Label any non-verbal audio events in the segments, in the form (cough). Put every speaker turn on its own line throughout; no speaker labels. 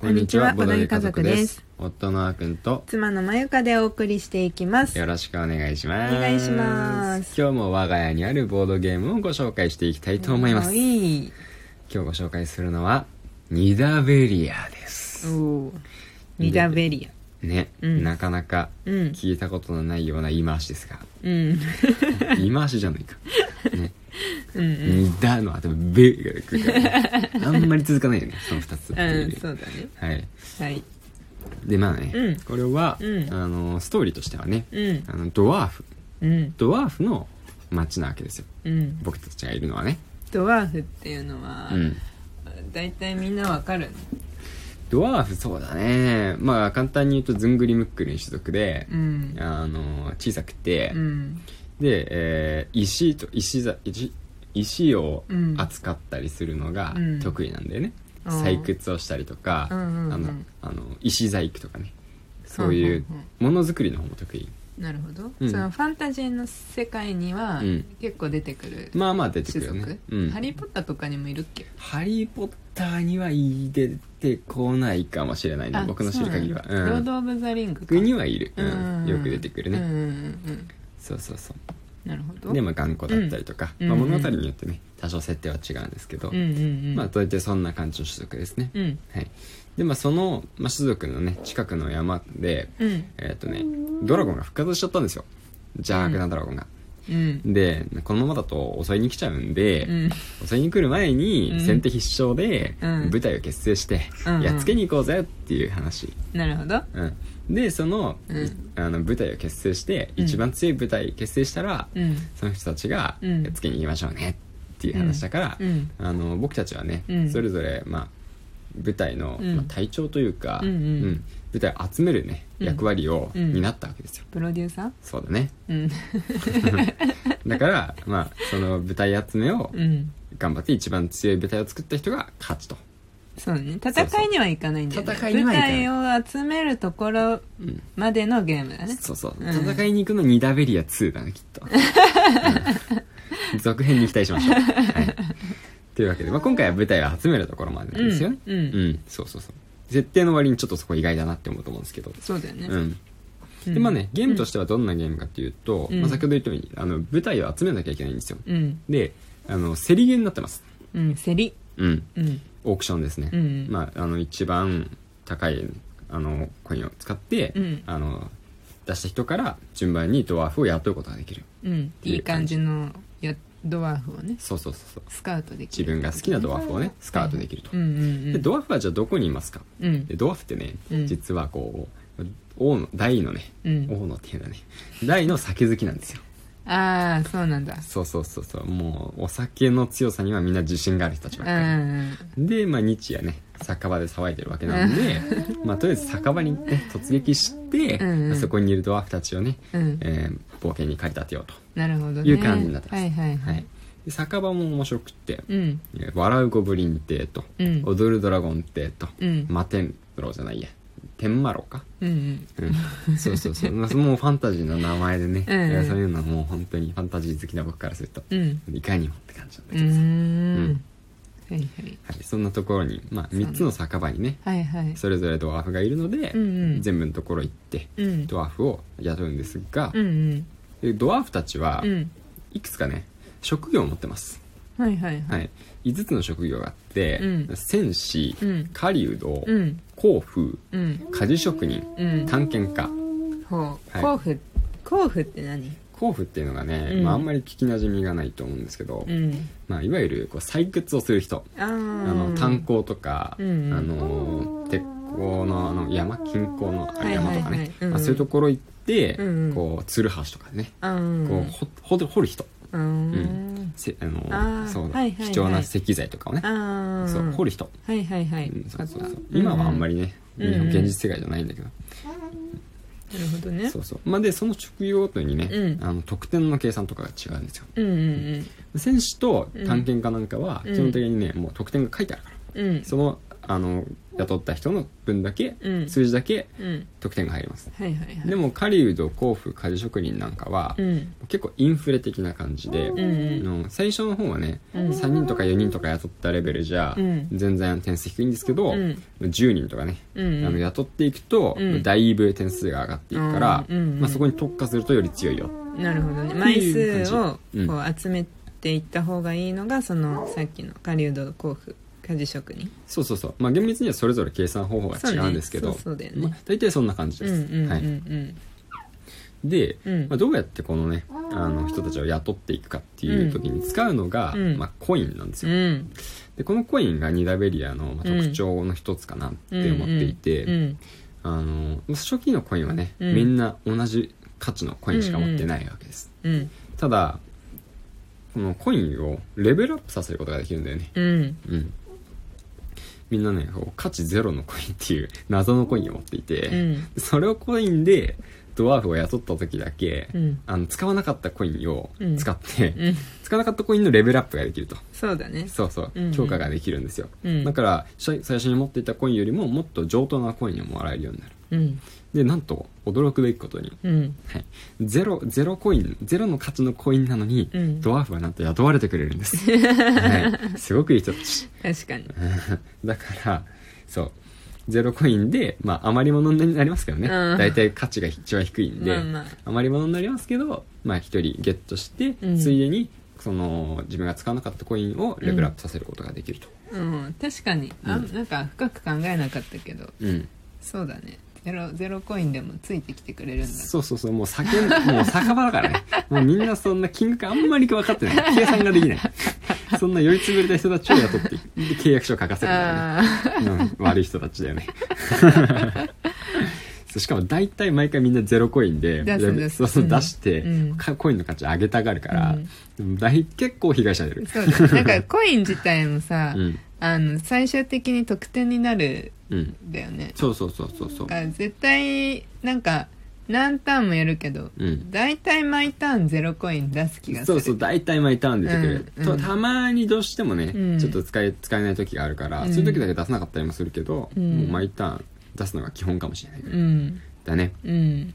こんにちはボドゲ家族です。
夫のあくんと
妻のまゆかでお送りしていきます
よろしくお願いします。
お願いします。
今日も我が家にあるボードゲームをご紹介していきたいと思います。今
いい
日ご紹介するのはニダベリアです。
おーニダベリ
ね、
うん
なかなか
うん
聞いたことのないような言い回し
(laughs)
ですが、
アうん
言い回しじゃないか。ね、
うんうん
ニダの後ベリアが来るから、
(laughs)
ね、あんまり続かないよね、その二つ。
うんそうだね
はい。
はい
でまあね、
うん
これは、
うん
あのストーリーとしてはね、
うん
あのドワーフ
うん
ドワーフの町なわけですよ
うん
僕たちがいるのはね、
ドワーフっていうのは
うん、
だいたいみんなわかるの
ドワーフそうだねまあ簡単に言うとずんぐりむっくりの種族で
う、ん
あの小さくて、
うん
で、えー石と石ざ石石を
うん
扱ったりするのが
うん
得意なんだよね、
あー
採掘をしたりとか、
うんうんうん
あのあの石細工とかねそういう
うんうん
ものづくりの方も得意
なるほど
うん
そのファンタジーの世界には
うん
結構出てくる
まあまあ出てく
種
るよね
族、ハリー・ポッターとかにもいるっけ
ハリー・ポッターには出てこないかもしれないね
あ
僕の知る限りは
そうなんだロー
うん
ド・オブ・ザ・リングか
僕にはいる、うん
うん
よく出てくるね、
うんうんうん
そうそうそ
うんなるほど
うでまあ頑固だったりとか、
うん
まあ、
うん
物語によってね多少設定は違うんですけど、
うんうんうん
まあ大体そんな感じの種族ですね、
うん
はいでまあその、まあ、種族のね近くの山で
うん
えーっ、とねドラゴンが復活しちゃったんですよ邪悪なドラゴンが、
うん
でこのままだと襲いに来ちゃうんで、
うん
それに来る前
う
に
ん
先手必勝で
うん
舞台を結成して
うんうん
やっつけに行こうぜっていう話、
なるほど
うん、でその,、
うん
あの舞台を結成して
うん
一番強い舞台結成したら、
うん
その人たちが
うん
やっつけに行きましょうねっていう話だから、
うん
あの僕たちはね、
うん
それぞれ、まあ、舞台の、
うん
まあ、隊長というか、
うんうん
舞台を集めるね
うん
役割を
うん
担ったわけですよ、
プロデューサー
そうだね
うん
だから、まあ、その舞台集めを
うん
頑張って一番強い舞台を作った人が勝ちと。
そうね戦いにはいかないんだよね
戦いにはいかない
舞台を集めるところまでのゲームだね
そうそう、
うん
戦いに行くのニダベリア2だねきっ
(laughs)
と、うん続編に期待しましょう、はい、というわけで、まあ、今回は舞台を集めるところまでなんですよね
うんうん
そうそうそう設定の割にちょっとそこ意外だなって思うと思うんですけど
そうだよね
うん
うん
でまあねゲームとしてはどんなゲームかっていうと、
うん
まあ、先ほど言ったようにあの舞台を集めなきゃいけないんですよ
うん
であの競りゲーになってます
うん競り
うん
うん
オークションですね、
うん
まあ、あの一番高いあのコインを使って、
うん
あの出した人から順番にドワーフを雇うことができる
うんいい感じのやドワーフをね
そうそうそうそう
スカウトでき
自
る
分が好きなドワーフをねスカウトできると、
うんうんう
で
ん
ドワーフはじゃあどこにいますか
うん
でドワーフってね、
うん
実はこう王の大のね、
うん
王のっていうんだね大の酒好きなんですよ
ああそうなんだ
そうそうそうそうもうお酒の強さにはみんな自信がある人たちば
う
っ
ん
かり、で、まあ、日夜ね酒場で騒いでるわけなん
(laughs)
で、まあ、とりあえず酒場に、ね、突撃して、
うんうん
そこにいるドワーフたちをね、
うん
えー冒険に駆り立てようと、
なるほどね
いう感じになってます
はいはいは
はいい、で酒場も面白くって
うん
「えー笑うゴブリン帝」と「
うん
踊るドラゴン帝」と「
うん
摩天楼」じゃないや天魔楼か、
うん (laughs)
うん、そうそうそう、まあ、もうファンタジーの名前でね、
うんうん
いやそういうのはもう本当にファンタジー好きな僕からすると、
うんうん
いかにもって感じなんだ
う
けどさ、
ー
うん
んはいはい
はい、そんなところに、まあ、3つの酒場にね
はいはい
それぞれドワーフがいるので、
うんうん
全部のところ行って
うん
ドワーフを雇うんですが、
うんうん
でドワーフたちは
うん
いくつかね職業を持ってます、
はいはいは
はいい、5つの職業があって、
うん
戦士
うん
狩人
うん
工夫
うん
鍛冶職人
うん
探検家
ほう
はい
甲府甲府って何
工夫っていうのがね、
うん
まあ、あんまり聞きなじみがないと思うんですけど、
うん
まあ、いわゆるこう採掘をする人
ああ
あの炭鉱とか、
うん
あの鉄鋼のあの山金鉱のあ
はいはい
山
はい
とかね
うん
まあそういうところ行って、
うんうん
こうツルハシとかね、
あー
こうほ掘る掘る人
うーん
せあの
あー
そうだ、
はいはいはい
貴重な石材とかをね
ああ
そう掘る人、
はいはいはい
うんそうそうそ
わか
う
った
今はあんま
り
りね、
うんうん
日本現実世界じゃないんだけど、
なるほどね
そうそうまあでその職業ごとにね、
うん
あの得点の計算とかが違うんですよ
うんうん
選手と探検家なんかは
うん
基本的にね、もう得点が書いてあるから、
うんうん
そのあの雇った人の分だけ、
うん
数字だけ
うん
得点が入ります
はいはいはい
でも狩人甲府鍛冶職人なんかは、
うん
結構インフレ的な感じで、
うんうん
あの最初の方はね、
うん
3人とか4人とか雇ったレベルじゃ、
うん
全然点数低いんですけど、
うん
10人とかね、
うん
あの雇っていくと、
うん
だいぶ点数が上がっていくから、
うんうんうん
まあ、そこに特化するとより強いよ
なるほど
っ
ね
て
枚
いう感
数
じ
を
う
こ
ん
う集めていった方がいいのがそのさっきの狩人甲府鍛冶職人
そうそうそう、まあ、厳密にはそれぞれ計算方法が違うんですけど、
そうねそうそうだよね
まあ、大体そんな感じ
う
で
んう
す、
んうんう
はい、
ん
で、
うん
まあ、どうやってこのねあの人たちを雇っていくかっていう時に使うのが、
うん
まあ、コインなんです
う
よ、
ん
でこのコインがニダベリアのまあ
うん
特徴の一つかなっ
うん
て思っていて、
うん
あの初期のコインはね、
うん
みんな同じ価値のコインしか持ってないわけです、
うん
ただこのコインをレベルアップさせることができるんだよね
うん
うんみんなねこう価値ゼロのコインっていう謎のコインを持っていて、
うん
それをコインでドワーフを雇った時だけ、
うん
あの使わなかったコインを使って、
うん
使わなかったコインのレベルアップができると
そうだね
そうそう、
うんうん
強化ができるんですよ、
うん
だから最最初に持っていたコインよりももっと上等なコインをもらえるようになる
うん
でなんと驚くべきことに、
うん
はい、ゼロゼロコインゼロの価値のコインなのに、
うん
ドワーフはなんと雇われてくれるん
(laughs)
です、はい、すごくいい人たち
確かに
(laughs) だからそうゼロコインで、まあ、余り物になりますけどね、
うん
大体価値が一番低いんで、
まあまあ
余り物になりますけど、まあ、一人ゲットして、
うん
ついでにその自分が使わなかったコインをレベルアップさせることができると、
うん確かにあなんか深く考えなかったけど
うん、
そうだねゼロゼロコインでもついてきてくれるんだ
そうそうそうもう酒もう酒場だからね (laughs) もうみんなそんな金額あんまり分かってない (laughs) 計算ができないそんな酔いつぶれた人たちを雇っていくで契約書を書かせるんだ
ああ
よね、うん、悪い人たちだよ
(laughs)
ねそうしかも大体毎回みんなゼロコインで
出す
レベ
出す
そうそう
うん
出して、
うん
かコインの価値上げたがるから、大結構被害者出る
そうだねなんかコイン自体もさ、
うん
あの最終的に得点になる
うん
んだよね
そうそうそうそうそう
だから絶対なんか何ターンもやるけど、
うん
大体毎ターンゼロコイン出す気がす
そ
る
うそう大体毎ターン出てくる、
うん
と
うん
たまにどうしてもね、
うん
ちょっと使え使えない時があるから、
うん
そういう時だけ出さなかったりもするけど、
うん
もう毎ターン出すのが基本かもしれない、
うん
だね
うん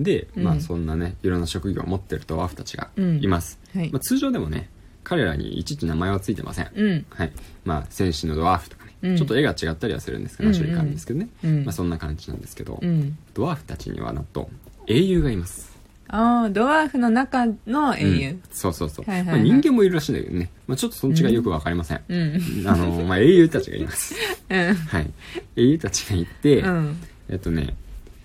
で、
うん
まあそんなねいろんな職業を持ってるドワーフたちが
うん
います、
はい、
まあ、通常でもね彼らにいちいち名前はついてません、
うん
はいまあ戦士のドワーフとかね、
うん
ちょっと絵が違ったりはするんですけど、
うん
種類があるんですけどね、
うん
まあ、そんな感じなんですけど、
うん
ドワーフたちにはなんと英雄がいます
ああドワーフの中の英
う
雄
んそうそうそう、
はいはい
ま
は
あ、
い
人間もいるらしいんだけどね、まあ、ちょっとその違いよくわかりません、
うんうん
あのまあ、英雄たちがいます、
うん
はい、英雄たちがいて、
うん
えっとね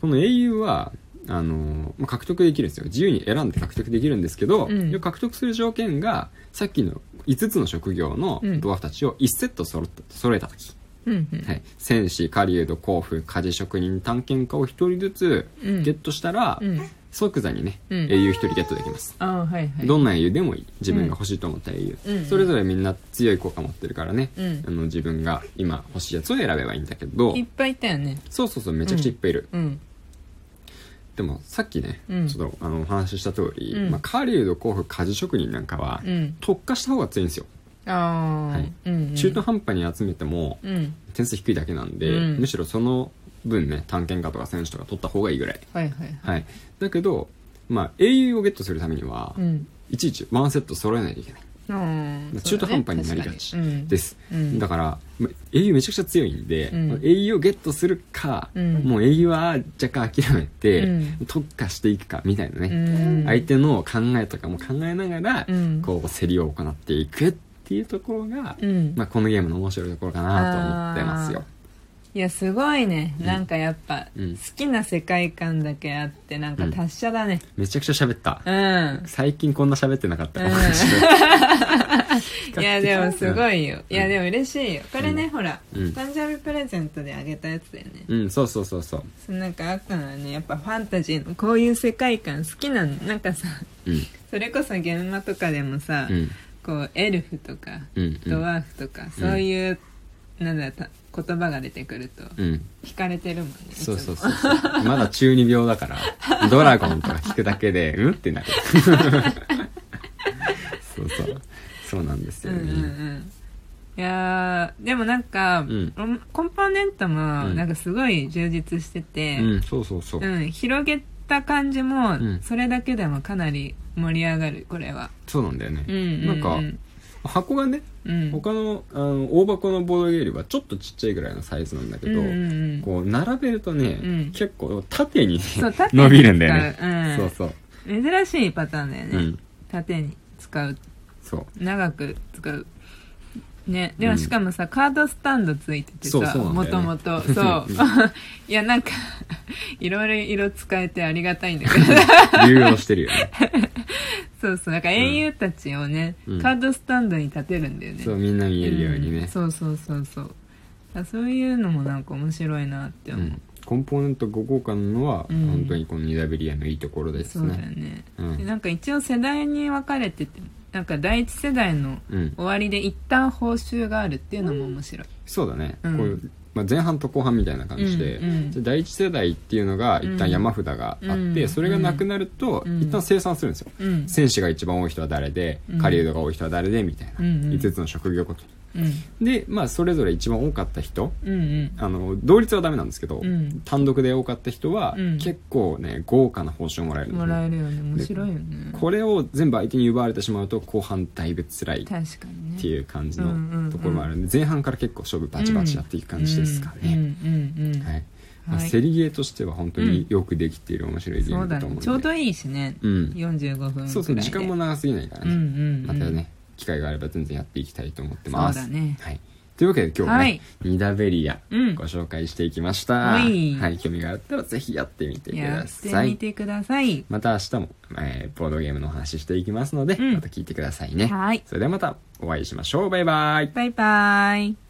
この英雄はあのまあ獲得できるんですよ自由に選んで獲得できるんですけど、
うん
要は獲得する条件がさっきの5つの職業の
うん
ドワーフたちを1セット揃った揃えた時、
うんうん
はい、戦士狩人甲府鍛冶職人探検家を1人ずつ
うん
ゲットしたら、
うん
即座にね、
うん
英雄1人ゲットできます
ああはいはい
どんな英雄でもいい自分が欲しいと思った英雄、
うん
それぞれみんな強い効果持ってるからね、
うん
あの自分が今欲しいやつを選べばいいんだけど
いっぱいいたよね
そうそうそうめちゃくちゃいっぱいいる、
うん
でもさっきね、
うん
ちょっとあのお話しした通り、
うん
まあ、狩人甲府鍛冶職人なんかは、
うん
特化した方が強いんですよ、
ああ、
はい
うんうん
中途半端に集めても
うん
点数低いだけなんで、
うん
むしろその分ね探検家とか選手とか取った方がいいぐらい、
はいはいはい
はい、だけど、まあ、英雄をゲットするためには、
うん
いちいちワンセット揃えないといけない
うん
中途半端になりがち
そうだね確かにうん
です、
うん
だからま英雄めちゃくちゃ強いんで、
うん
英雄をゲットするか、
うん
もう英雄は若干諦めて、
うん
特化していくかみたいなね、
うん
相手の考えとかも考えながら、
うん
こう競りを行っていくっていうところが、
うん
まあ、このゲームの面白いところかなと思ってますよ
いやすごいねなんかやっぱ、
うん
好きな世界観だけあってなんか達者だね
めちゃくちゃ喋った、
うん、
最近こんな喋ってなかったかも
うん
しれない
やでもすごいよ、
うん
いやでも嬉しいよこれね、ほら、
うん
誕生日プレゼントであげたやつだよね、
うん、そうそうそうそう
そのなんかあったのはねやっぱファンタジーのこういう世界観好きなのなんかさ
うん
それこそ現場とかでもさ、
うん
こうエルフとか、
うんう
ド
ん
ワーフとか、そういうなんだた言葉が出てくると
うん
惹かれてるもんねいつ
そ
も
うそうそうそうまだ中二病だからドラゴンとか聞くだけで (laughs) うんってなるそうそうそうなんです
う
よ
ん
ね、
うんうんいやーでもなんか、
ん
コンポーネントも
うん
なんかすごい充実してて、
うんそうそうそう、
うん、広げた感じも、
ん
それだけでもかなり盛り上がるこれは
そうなんだよね、
うんうん、
なんか箱がね
うん、
他のあの大箱のボードゲームよりはちょっとちっちゃいぐらいのサイズなんだけど、
うんうんうん
こう並べるとね、
うん
結構縦にね
そう縦に
伸びるんだよね、
使う
そうそう
うん、珍しいパターンだよね、
うん
縦に使う
そう
長く使うねで
う
も
ん
しかもさ、カードスタンドついてて
そう
さ
そうなんだ
もと
よね (laughs)
もとそう (laughs) いやなんか (laughs) いろいろ色使えてありがたいんだけど
流用してるよ
(laughs)
ね
そうそうなんか英雄たちをね、
うん
カードスタンドに立てるんだよね
そうみんな見えるようにね、
んそうそうそうそうあそういうのもなんか面白いなって
う
思う、
ん、コンポーネント5交換のは、
うん
本当にこのニダベリアのいいところです
そうだよ
ね
ね、
うん
でなんか一応世代に分かれててなんか第一世代の
うん
終わりで一旦報酬があるっていうのも面白い、
そうだね、
うん
こうまあ、前半と後半みたいな感じで,、
うんうん
で第一世代っていうのが一旦山札があって、
うん
それがなくなると、
うん
一旦生産するんですよ、
うん
戦士が一番多い人は誰で
うん
狩人が多い人は誰でみたいな、
うんうん
5つの職業ごとに
うん
でまあそれぞれ一番多かった人
うんうん
あの同率はダメなんですけど、
うん
単独で多かった人は、
うん
結構ね豪華な報酬をもらえるんで
も
すね
らえるよね面白いよね
これを全部相手に奪われてしまうと後半だいぶ辛いっ
確かにね
て
う
いう感じ
うんうんう
の
ん
ところもあるんで前半から結構勝負バチバチやっていく感じですか
うん
ね、
うんうん、
はいまあ、
はい
セリゲーとしては本当によくできている面白いゲー
そう
ムだ
だ
と思
ね
うんで、
ちょうどいいしね、
うん
45分くらいで
そうそう時間も長すぎないから
うん
ね、
うん、うん、
またね機会があれば全然やっていきたいと思ってます
そうだね
はい、というわけで今日はね、
はい
ニダベリア
うん
ご紹介していきました、
はい
はい、興味があったらぜひやってみてく
や
だ
って
さ
み
い
てください
また明日も、えーボードゲームのお話ししていきますので、
うん
また聞いてくださいね。
はい
それではまたお会いしましょう。バイバイ。
バイバイ